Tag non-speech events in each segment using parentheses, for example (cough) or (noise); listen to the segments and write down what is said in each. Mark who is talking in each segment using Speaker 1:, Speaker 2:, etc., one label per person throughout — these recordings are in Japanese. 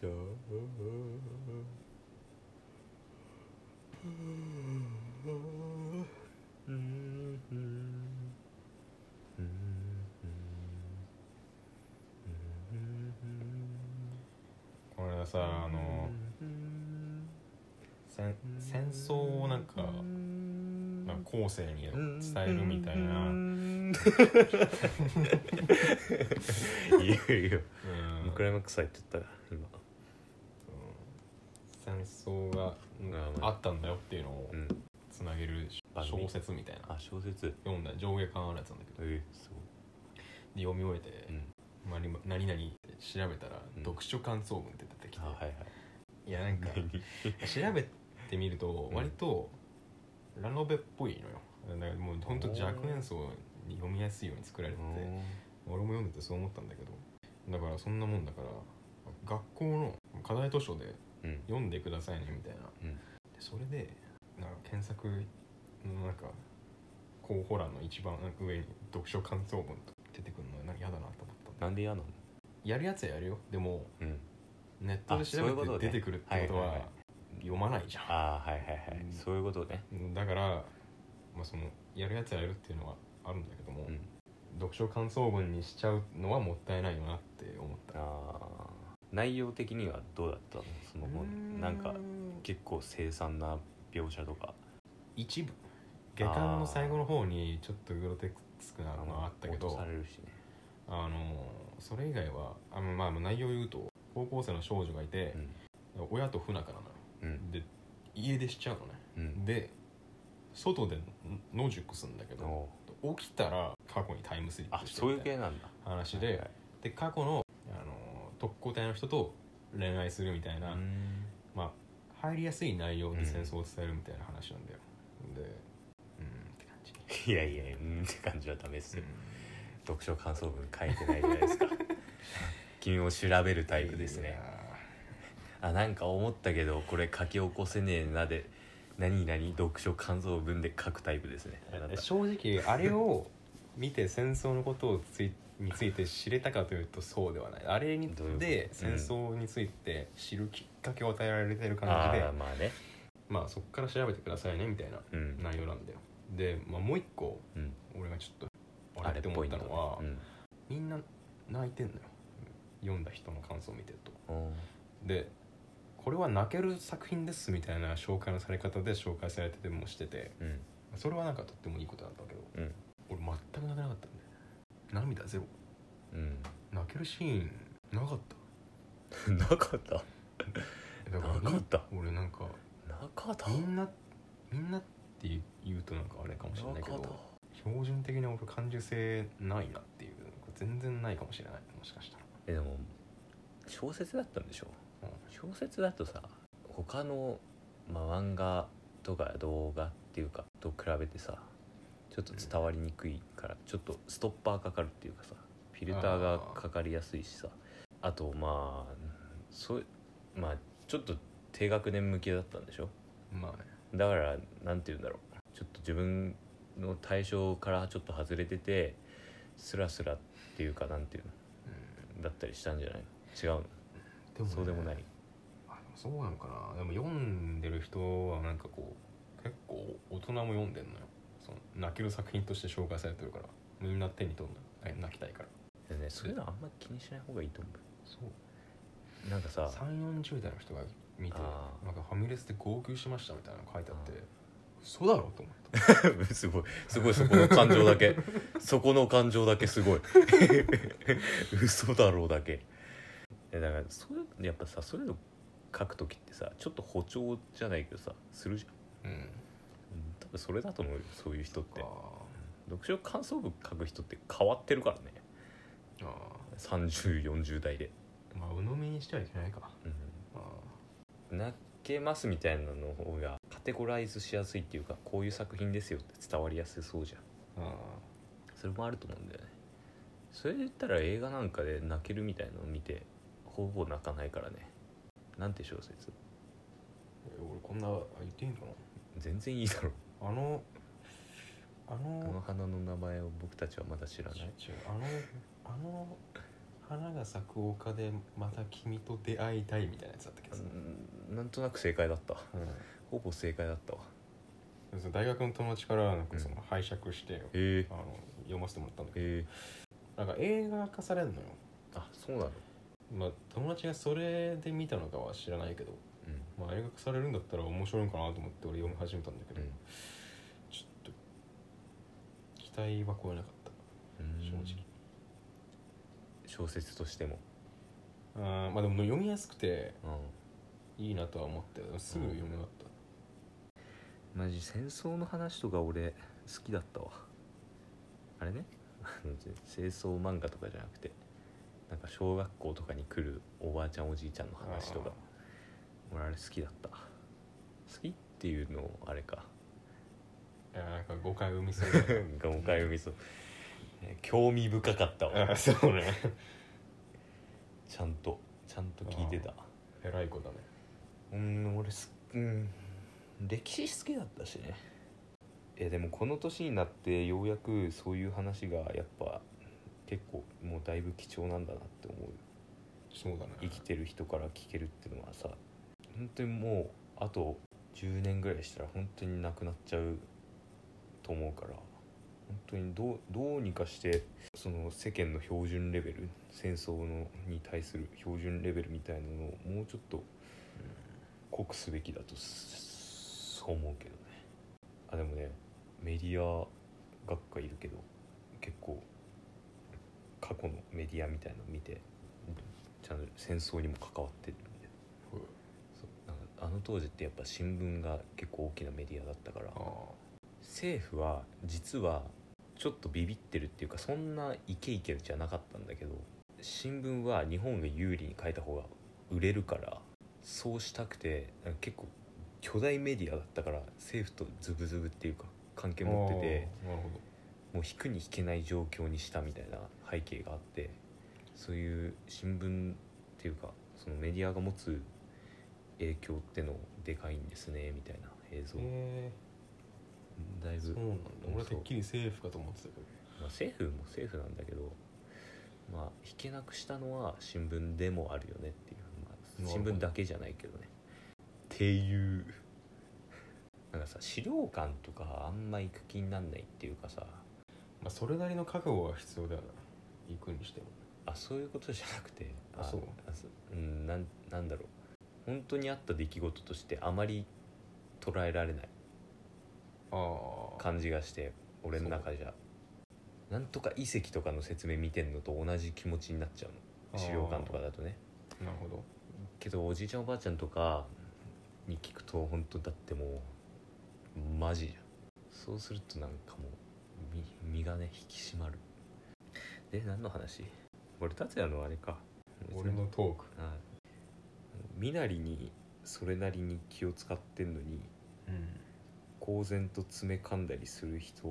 Speaker 1: じゃあうんうんうんうん
Speaker 2: これはさあの
Speaker 1: うん
Speaker 2: 戦戦争をなんかなんか後世に伝えるみたい
Speaker 1: (laughs)
Speaker 2: な、うん
Speaker 1: いやいやクライマックス入ってった今
Speaker 2: 戦争が
Speaker 1: うん
Speaker 2: あったんだよっていうのを
Speaker 1: うん
Speaker 2: つなげる小説みたいな
Speaker 1: あ小説
Speaker 2: 読んだ上下巻あるやつなんだけど
Speaker 1: えす
Speaker 2: で読み終えて
Speaker 1: ごい、うん、
Speaker 2: まあ、何々って調べたら、
Speaker 1: うん
Speaker 2: 読書感想文って出てきて、
Speaker 1: あはいはい
Speaker 2: いやなんか (laughs) 調べてみると
Speaker 1: うん
Speaker 2: 割とラノベっぽいのよだからもうほんと若年層に読みやすいように作られてて俺も読んでてそう思ったんだけどだからそんなもんだから学校の課題図書で
Speaker 1: うん
Speaker 2: 読んでくださいねみたいな、
Speaker 1: うん
Speaker 2: でそれでなんか検索のなんか候補欄の一番上に読書感想文と出てくるのなんか嫌だなと思ったんだ
Speaker 1: なんで嫌なの
Speaker 2: やるやつはやるよでも
Speaker 1: うん
Speaker 2: ネットで調
Speaker 1: あそういうこ
Speaker 2: べ
Speaker 1: と
Speaker 2: て
Speaker 1: ね
Speaker 2: 出てくるってこと
Speaker 1: はいはい
Speaker 2: は
Speaker 1: は
Speaker 2: 読まないじゃん
Speaker 1: ああはいはいはい、
Speaker 2: うん
Speaker 1: そういうことね
Speaker 2: だから、まあ、そのやるやつはやるっていうのはあるんだけども、
Speaker 1: うん
Speaker 2: 読書感想文にしちゃうのはもったいないよなって思った
Speaker 1: あー内容的にはどうだったのその
Speaker 2: うー
Speaker 1: 本なんか結構凄惨な描写とか
Speaker 2: 一部下巻の最後の方にちょっとグロテクスクなのがあったけ
Speaker 1: 落と
Speaker 2: ど
Speaker 1: されるしね
Speaker 2: あのそれ以外はあの、まあ、内容を言うと高校生の少女がいて、親と不仲なのよ
Speaker 1: うん
Speaker 2: で家出しちゃうのね
Speaker 1: うんうん
Speaker 2: で外で野宿するんだけど
Speaker 1: おう
Speaker 2: 起きたら過去にタイムスリッ
Speaker 1: あ
Speaker 2: プして
Speaker 1: そうい
Speaker 2: るみ
Speaker 1: う
Speaker 2: たい
Speaker 1: 系なんだ
Speaker 2: な話
Speaker 1: はい
Speaker 2: で
Speaker 1: はい
Speaker 2: で過去のあの特攻隊の人と恋愛するみたいな、
Speaker 1: うん
Speaker 2: まあ入りやすい内容で戦争を伝えるみたいな話なんだよ、でうんって感
Speaker 1: (laughs)
Speaker 2: じ、
Speaker 1: いやいやうんって感じはダメです (laughs)
Speaker 2: う
Speaker 1: よ
Speaker 2: ん、
Speaker 1: 読書感想文書いてないじゃない
Speaker 2: (laughs)
Speaker 1: ですか君を調べるタイプです
Speaker 2: いや
Speaker 1: ねあなんか思ったけどこれ書き起こせねえなで何々読書感想文で書くタイプですねあな
Speaker 2: ー
Speaker 1: た
Speaker 2: 正直あれを見て戦争のことをついについて知れたかというとそうではないあれに
Speaker 1: どういうこと
Speaker 2: で
Speaker 1: う
Speaker 2: 戦
Speaker 1: ん
Speaker 2: 争について知るきっかけを与えられてる感
Speaker 1: あ
Speaker 2: じで、
Speaker 1: あーまあね
Speaker 2: まあそこから調べてくださいねみたいな
Speaker 1: うん
Speaker 2: 内容なんだよで、まあ、もう一個
Speaker 1: うん
Speaker 2: 俺がちょっとあ
Speaker 1: あ
Speaker 2: れ
Speaker 1: れ
Speaker 2: っ
Speaker 1: って
Speaker 2: 思
Speaker 1: ぽ
Speaker 2: っ
Speaker 1: いん
Speaker 2: た
Speaker 1: だ
Speaker 2: のは、
Speaker 1: ね
Speaker 2: みんな泣いてんのよ読んだ人の感想を見てると
Speaker 1: うんおー
Speaker 2: でこれは泣ける作品ですみたいな紹介のされ方で紹介されててもしてて
Speaker 1: うん
Speaker 2: それはなんかとってもいいことだったけど
Speaker 1: うん
Speaker 2: 俺全く泣けなかったんで涙ゼロ泣けるシーンなかっ
Speaker 1: うんなかった
Speaker 2: ただから
Speaker 1: なかった
Speaker 2: 俺なんか
Speaker 1: なかった
Speaker 2: みんなみんなって言う言うとなんかあれかもしれないけ
Speaker 1: なかっ
Speaker 2: ど標準的な俺感受性ないなっていう全然ないかもしれないもしかしたら
Speaker 1: えでも小説だったんでしょ
Speaker 2: うん
Speaker 1: 小説だとさ他の、まあ、漫画とか動画っていうかと比べてさちょっと伝わりにくいから、ちょっとストッパーかかるっていうかさフィルターがかかりやすいしさあとまあそうまあちょっと低学年向けだったんでしょ
Speaker 2: まあね
Speaker 1: だからなんて言うんだろうちょっと自分の対象からちょっと外れててスラスラっていうかなんていうのだったりしたんじゃないの違うの
Speaker 2: うんね
Speaker 1: そうでもない
Speaker 2: あでもそうなのかなでも読んでる人はなんかこう結構大人も読んでんのよその泣ける作品として紹介されてるからみんな手に取るのよ泣きたいから
Speaker 1: でねそういうのあんま気にしない方がいいと思う
Speaker 2: そう
Speaker 1: なんかさ
Speaker 2: 3 4 0代の人が見て
Speaker 1: あー
Speaker 2: なんかファミレスで号泣しましたみたいなの書いてあって嘘だろと思った
Speaker 1: (laughs) すごいすごいそこの感情だ (laughs) けそこの感情だけすごい (laughs) 嘘だろうだけえだからそういうやっぱさそういうの書く時ってさちょっと補聴じゃないけどさするじゃん
Speaker 2: うん
Speaker 1: うん多分それだと思うよそういう人って
Speaker 2: あ
Speaker 1: 読書感想文書く人って変わってるからね
Speaker 2: ーあ
Speaker 1: 3040代で、
Speaker 2: ーまあ鵜呑みにしてはいけないかあ
Speaker 1: うん、泣けますみたいなの方がカテゴライズしやすいっていうかこういう作品ですよって伝わりやすそうじゃん
Speaker 2: ーあ
Speaker 1: それもあると思うんだよねそれで言ったら映画なんかで泣けるみたいのを見てほぼ泣かないからねなんて小説
Speaker 2: ーえ俺こんなあ言っていいのか
Speaker 1: 全然いいだろ
Speaker 2: なあのあ
Speaker 1: あ
Speaker 2: の
Speaker 1: の花の名前を僕たちはまだ知らない
Speaker 2: 違うあのあの花が咲く丘でまた君と出会いたいみたいなやつだったけどさ、
Speaker 1: うんなんとなく正解だった
Speaker 2: う
Speaker 1: ほぼ正解だったわ
Speaker 2: んそう大学の友達からなんかその
Speaker 1: うん
Speaker 2: 拝借して、
Speaker 1: へえ
Speaker 2: あの読ませてもらったんだけ
Speaker 1: え
Speaker 2: どなんか映画化されるのよ、
Speaker 1: ー、あそうなの
Speaker 2: まあ、友達がそれで見たのかは知らないけど、
Speaker 1: うん
Speaker 2: まあ、映画化されるんだったら面白いのかなと思って俺読み始めたんだけど、
Speaker 1: うん
Speaker 2: ちょっと期待は超えなかった
Speaker 1: うん
Speaker 2: 正直、
Speaker 1: 小説としても、
Speaker 2: あーまあでも読みやすくて
Speaker 1: う
Speaker 2: いいなとは思ったよすぐ読めなかった、
Speaker 1: ん、マジ戦争の話とか俺好きだったわあれね (laughs) あの戦争漫画とかじゃなくてなんか小学校とかに来るおばあちゃんおじいちゃんの話とか俺あれ好きだった好きっていうのあれか
Speaker 2: いやなんか誤解を生みそ
Speaker 1: (laughs)
Speaker 2: うだ
Speaker 1: がおかゆみそえー興味深かったわ
Speaker 2: あーそうね
Speaker 1: ちゃんとちゃんと聞いてた
Speaker 2: 偉い子だね
Speaker 1: うん俺すうん歴史好きだったしねえでもこの年になってようやくそういう話がやっぱ結構もうだいぶ貴重なんだなって思う
Speaker 2: そうだね
Speaker 1: 生きてる人から聞けるっていうのはさ本当にもうあと10年ぐらいしたら本当になくなっちゃうと思うから本当にどうどうにかしてその世間の標準レベル戦争のに対する標準レベルみたいなのをもうちょっと濃くすべきだとすそう思うけどねあでもねメディア学科いるけど結構過去のメディアみたいなの見てちゃんと戦争にも関わってるんで
Speaker 2: うん
Speaker 1: そうなんかあの当時ってやっぱ新聞が結構大きなメディアだったから
Speaker 2: あー
Speaker 1: 政府は実はちょっとビビってるっていうかそんなイケイケじゃなかったんだけど新聞は日本が有利に書いた方が売れるからそうしたくてなんか結構巨大メディアだったから政府とズブズブっていうか関係持ってて
Speaker 2: あーなる
Speaker 1: もう引くに引けない状況にしたみたいな背景があってそういう新聞っていうかそのメディアが持つ影響ってのでかいんですねみたいな映像
Speaker 2: ほどへえ
Speaker 1: だいぶ
Speaker 2: そうなんだ
Speaker 1: うん
Speaker 2: 俺てっきり政府かと思ってたけど
Speaker 1: まあ、政府も政府なんだけど、まあ、引けなくしたのは新聞でもあるよねっていう、まあ、
Speaker 2: なる
Speaker 1: 新
Speaker 2: ほど
Speaker 1: 聞だけじゃないけどね。っていうなんかさ資料館とかあんま行く気になんないっていうかさ
Speaker 2: まあそれなりの覚悟は必要だよな行くにしても
Speaker 1: あそういうことじゃなくて
Speaker 2: あそう
Speaker 1: そうん、なんなんだろう本当にあった出来事としてあまり捉えられない
Speaker 2: ああ
Speaker 1: 感じがして俺の中じゃなんとか遺跡とかの説明見てんのと同じ気持ちになっちゃうの資料館とかだとね
Speaker 2: なるほど
Speaker 1: けどおじいちゃんおばあちゃんとかに聞くと本当だってもうマジじゃんそうするとなんかもう身身がね引き締まるで何の話俺達也のあれか
Speaker 2: 俺のトーク
Speaker 1: はい身なりにそれなりに気を使ってんのに
Speaker 2: うん
Speaker 1: 公然と詰め噛んだりする人は不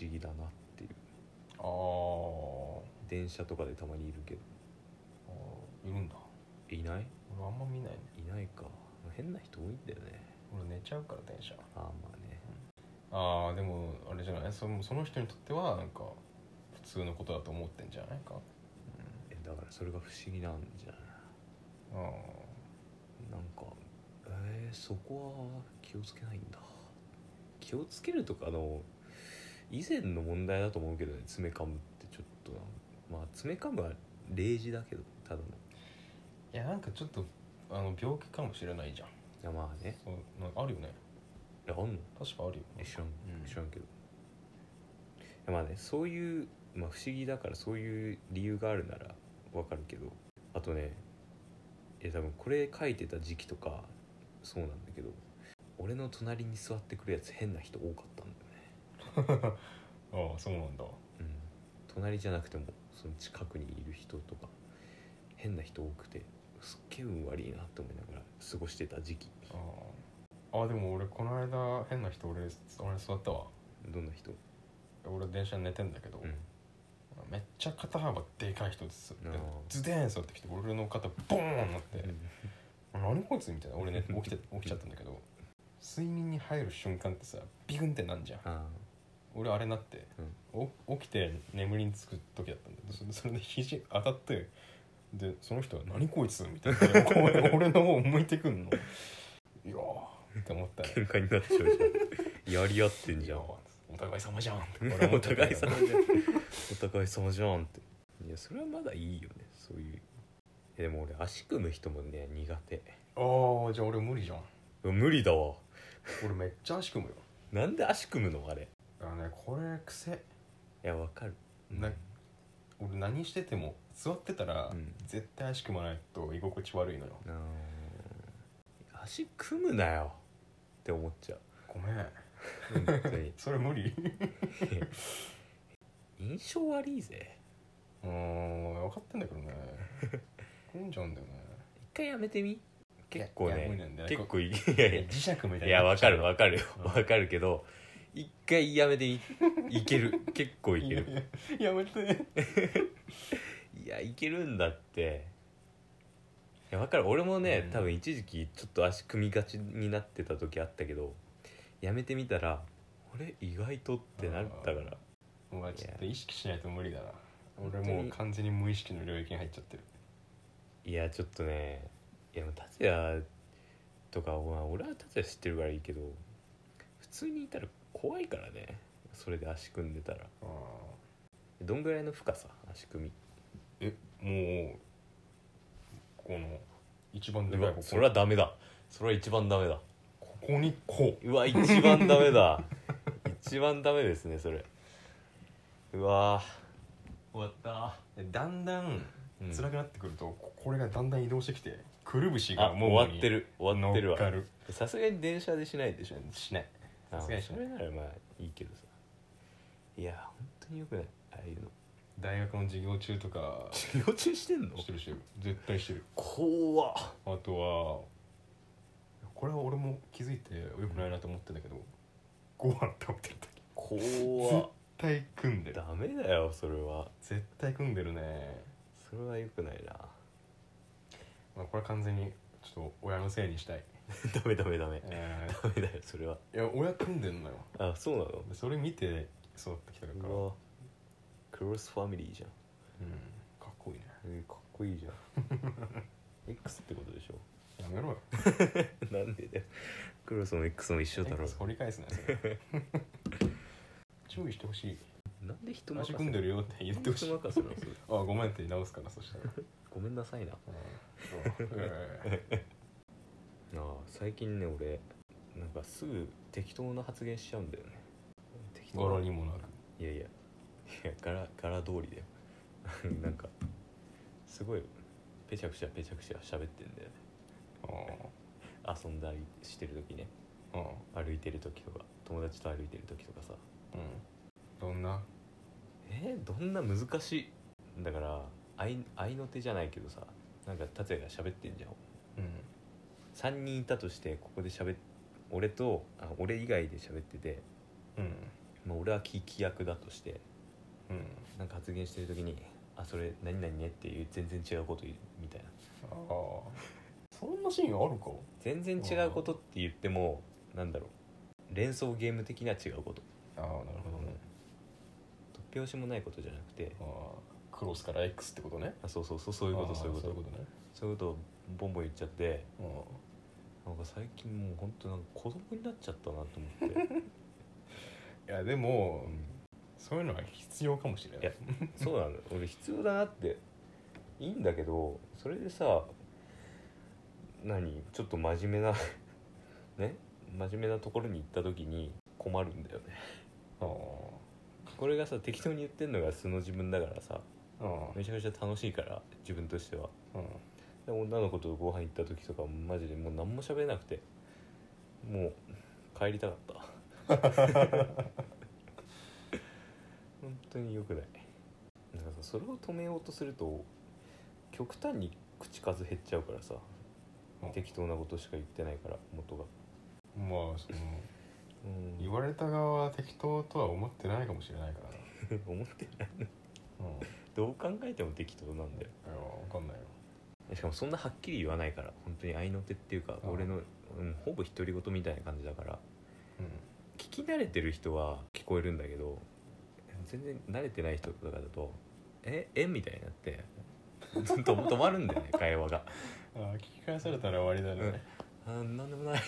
Speaker 1: 思議だなっていう
Speaker 2: あー
Speaker 1: 電車とかでたまにいるけど
Speaker 2: あーいるんだ
Speaker 1: いない
Speaker 2: 俺あんま見ないね
Speaker 1: いないか変な人多いんだよね
Speaker 2: 俺寝ちゃうから電車
Speaker 1: ああまあね
Speaker 2: ああでもあれじゃないそのその人にとってはなんか普通のことだと思ってんじゃないか
Speaker 1: えだからそれが不思議なんじゃない
Speaker 2: うんあ
Speaker 1: なんかえー、そこは気をつけないんだ気をつけるとかの以前の問題だと思うけどね爪噛むってちょっとなんまあ爪噛むは例示だけどただのい
Speaker 2: ーいやなんかちょっとあの病気かもしれないじゃん
Speaker 1: やまあね
Speaker 2: そうなんかあるよね
Speaker 1: いやあんの
Speaker 2: 確かあるよね
Speaker 1: え知らん
Speaker 2: うん
Speaker 1: 知らんけど、いやまあねそういう、まあ、不思議だからそういう理由があるならわかるけどあとねえ多分これ書いてた時期とかそうなんだけど俺の隣に座ってくるやつ変な人多かったんだよね
Speaker 2: ああそうなんだ
Speaker 1: うん隣じゃなくてもその近くにいる人とか変な人多くてすっげえ運悪いなって思いながら過ごしてた時期
Speaker 2: あーあーでも俺この間変な人俺俺座ったわ
Speaker 1: どんな人
Speaker 2: 俺電車に寝てんだけど、
Speaker 1: うん
Speaker 2: めっちゃ肩幅でかい人です
Speaker 1: あー
Speaker 2: ズデーン座ってきて俺の肩ボーンなって「何こいつ」みたいな俺ね起きて起きちゃったんだけど睡眠に入る瞬間ってさビグンってなんじゃん
Speaker 1: (laughs) あ
Speaker 2: 俺あれなって、お起きて眠りにつく時だったんだけどそれそれで肘当たってでその人は「何こいつ」みたいな (laughs) こう俺の方向いてくんのいやーって思ったら
Speaker 1: 喧嘩になっちゃうじゃんやり合ってん
Speaker 2: い
Speaker 1: じゃ
Speaker 2: (laughs) や
Speaker 1: ん
Speaker 2: ーお互い様じゃんって俺は
Speaker 1: (laughs)
Speaker 2: 思
Speaker 1: お
Speaker 2: っちゃった
Speaker 1: 互い
Speaker 2: けど
Speaker 1: 様じゃん (laughs) お互い様じゃんっていやそれはまだいいよねそういういやでも俺足組む人もね苦手
Speaker 2: ああじゃあ俺無理じゃん
Speaker 1: うわ無理だわ
Speaker 2: 俺めっちゃ足組むよ
Speaker 1: なんで足組むのあれ
Speaker 2: あのねこれ癖
Speaker 1: いやわかる
Speaker 2: な俺何してても座ってたら、
Speaker 1: うん
Speaker 2: 絶対足組まないと居心地悪いのよ
Speaker 1: あー足組むなよって思っち
Speaker 2: (laughs)
Speaker 1: ゃう
Speaker 2: ごめん
Speaker 1: 本当に
Speaker 2: それ
Speaker 1: (laughs)
Speaker 2: 無理
Speaker 1: 印象悪いぜ
Speaker 2: うーん分かってんだけどね組んじゃうんだよね
Speaker 1: 一回やめてみ結構
Speaker 2: いや無理
Speaker 1: ね
Speaker 2: なんだよ
Speaker 1: 結構いいいやいや
Speaker 2: 磁石みたいない
Speaker 1: やわかるわかるよ
Speaker 2: うん
Speaker 1: わかるけど一回やめていいける結構い
Speaker 2: い
Speaker 1: け
Speaker 2: や
Speaker 1: る
Speaker 2: いややめて
Speaker 1: いやいけるんだっていやわかる俺もね、
Speaker 2: うん
Speaker 1: 多分一時期ちょっと足組みがちになってた時あったけどやめてみたらあれ意外とってなったから
Speaker 2: お前ちょっと意識しないと無理だな俺
Speaker 1: 本当
Speaker 2: もう
Speaker 1: に
Speaker 2: 完全に無意識の領域に入っちゃってる
Speaker 1: いやちょっとねいやもう達也とかまあ俺は達也知ってるからいいけど普通にいたら怖いからねそれで足組んでたら
Speaker 2: あー
Speaker 1: どんぐらいの深さ足組み
Speaker 2: えもうこの一番で
Speaker 1: う
Speaker 2: かい
Speaker 1: わ
Speaker 2: ここ
Speaker 1: それはダメだそれは一番ダメだ
Speaker 2: ここにこ
Speaker 1: うわ一番ダメ (laughs) だ一番ダメですねそれうわ終わった、
Speaker 2: うだんだん
Speaker 1: うん
Speaker 2: 辛くなってくると、ここれがだんだん移動してきてくるぶし
Speaker 1: あ
Speaker 2: が
Speaker 1: も
Speaker 2: も
Speaker 1: う
Speaker 2: う
Speaker 1: 終わってる終わ
Speaker 2: 乗
Speaker 1: ってる
Speaker 2: っか
Speaker 1: わ
Speaker 2: る
Speaker 1: さすがに電車でしないでしょ
Speaker 2: しない
Speaker 1: あ
Speaker 2: さすがにし
Speaker 1: そ
Speaker 2: ない
Speaker 1: れならまあいいけどさいや本当によくないああいう (laughs) の
Speaker 2: 大学の授業中とか
Speaker 1: 授業中してんの
Speaker 2: してるしてる絶対してる
Speaker 1: 怖っ
Speaker 2: あとはこれは俺も気づいてよくないなと思ってんだけどご飯食べてる時
Speaker 1: 怖
Speaker 2: 絶
Speaker 1: っ
Speaker 2: 対組んでる
Speaker 1: ダメだよそれは
Speaker 2: 絶対組んでるね、
Speaker 1: それはよくないな (laughs)
Speaker 2: まあ、これは完全にちょっと親のせいにしたい、
Speaker 1: ダメダメダメ
Speaker 2: え
Speaker 1: ダメだよそれは
Speaker 2: ーいや親組んでんのよ
Speaker 1: あそうなの
Speaker 2: でそれ見て育ってきたから
Speaker 1: うわクロスファミリーじゃん
Speaker 2: うん、かっこいいね
Speaker 1: えーかっこいいじゃん (laughs) X ってことでしょ
Speaker 2: やめろよ
Speaker 1: なんでだよクロスも X も一緒だろ
Speaker 2: X 掘り返すなよそれ (laughs) 注意してほしい
Speaker 1: なんで人任
Speaker 2: 足
Speaker 1: せ
Speaker 2: 組んでるよって言ってほしい
Speaker 1: 人任せなのそれ
Speaker 2: あごめんって直すからそしたら
Speaker 1: ごめんなさいな
Speaker 2: う
Speaker 1: (laughs)
Speaker 2: ん
Speaker 1: ああ最近ね俺なんかすぐ適当な発言しちゃうんだよね適当な
Speaker 2: 柄にもなく
Speaker 1: いやいやいや柄柄通りだよ (laughs) なんかすごいペチャクチャペチャクチャ喋ってんだよね
Speaker 2: う
Speaker 1: 遊んだりしてる時ね
Speaker 2: んうん
Speaker 1: 歩いてる時とか友達と歩いてる時とかさ
Speaker 2: どんな
Speaker 1: えー、どんな難しいだから合い合いの手じゃないけどさなんか達也が喋ってんじゃん
Speaker 2: うん
Speaker 1: 3人いたとしてここで喋っ俺とあ俺以外で喋ってて、
Speaker 2: うん
Speaker 1: まあ、俺は聞き役だとして
Speaker 2: うん
Speaker 1: なんか発言してる時に「あそれ何々ね」っていう全然違うこと言うみたいな
Speaker 2: ああそんなシーンあるか
Speaker 1: 全然違うことって言ってもなんだろう連想ゲーム的な違うこと
Speaker 2: ああなるほどね
Speaker 1: 突拍子もないことじゃなくて
Speaker 2: ああクロスから X ってことね
Speaker 1: あそうそうそうそういうこと
Speaker 2: ああ
Speaker 1: そういうこと
Speaker 2: そういうことね
Speaker 1: そういうことをボンボン言っちゃって
Speaker 2: う
Speaker 1: なんか最近もう本当なんか子供になっちゃったなと思って (laughs)
Speaker 2: んいやでもそういうのは必要かもしれな
Speaker 1: い
Speaker 2: い
Speaker 1: やそうなの俺必要だなっていいんだけどそれでさ何ちょっと真面目な (laughs) ね真面目なところに行った時に困るんだよね
Speaker 2: ああ
Speaker 1: これがさ適当に言ってんのが素の自分だからさ
Speaker 2: あ
Speaker 1: めちゃくちゃ楽しいから自分としては
Speaker 2: あうん
Speaker 1: で女の子とご飯行った時とかマジでもう何も喋れなくてもう帰りたかった (laughs) 本当に良くないだからさそれを止めようとすると極端に口数減っちゃうからさ
Speaker 2: うん
Speaker 1: 適当なことしか言ってないから元が
Speaker 2: まあその
Speaker 1: うん
Speaker 2: 言われた側は適当とは思ってないかもしれないからな
Speaker 1: (laughs) 思ってない
Speaker 2: うん
Speaker 1: どう考えても適当なんだよ
Speaker 2: いやわかんないよ
Speaker 1: しかもそんなはっきり言わないから本当に合いの手っていうか
Speaker 2: うん
Speaker 1: 俺の、うん、ほぼ独り言みたいな感じだから
Speaker 2: うん
Speaker 1: 聞き聞き慣れてる人は聞こえるんだけど全然慣れてない人とかだと「ええみたいになって (laughs) ずっと止まるんだよね会話が
Speaker 2: あー聞き返されたら終わりだね、
Speaker 1: 「あーなんでもない」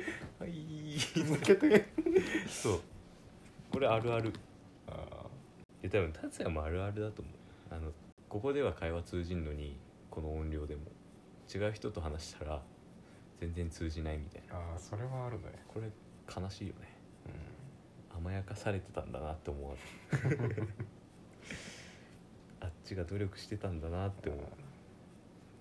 Speaker 1: (laughs) はい」
Speaker 2: 続けて
Speaker 1: そうこれあるある
Speaker 2: あ
Speaker 1: いや多分達也もあるあるだと思うあのここでは会話通じんのにこの音量でも違う人と話したら全然通じないみたいな
Speaker 2: ーあーそれはあるね
Speaker 1: これ悲しいよね甘やかされてたんだなって思うあっちが努力してたんだなって
Speaker 2: で
Speaker 1: 思
Speaker 2: も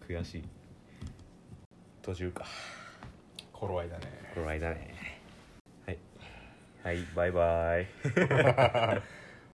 Speaker 1: う悔しい途中か
Speaker 2: 頃合いだね (laughs) (laughs)
Speaker 1: この間ねはいはいバイバイ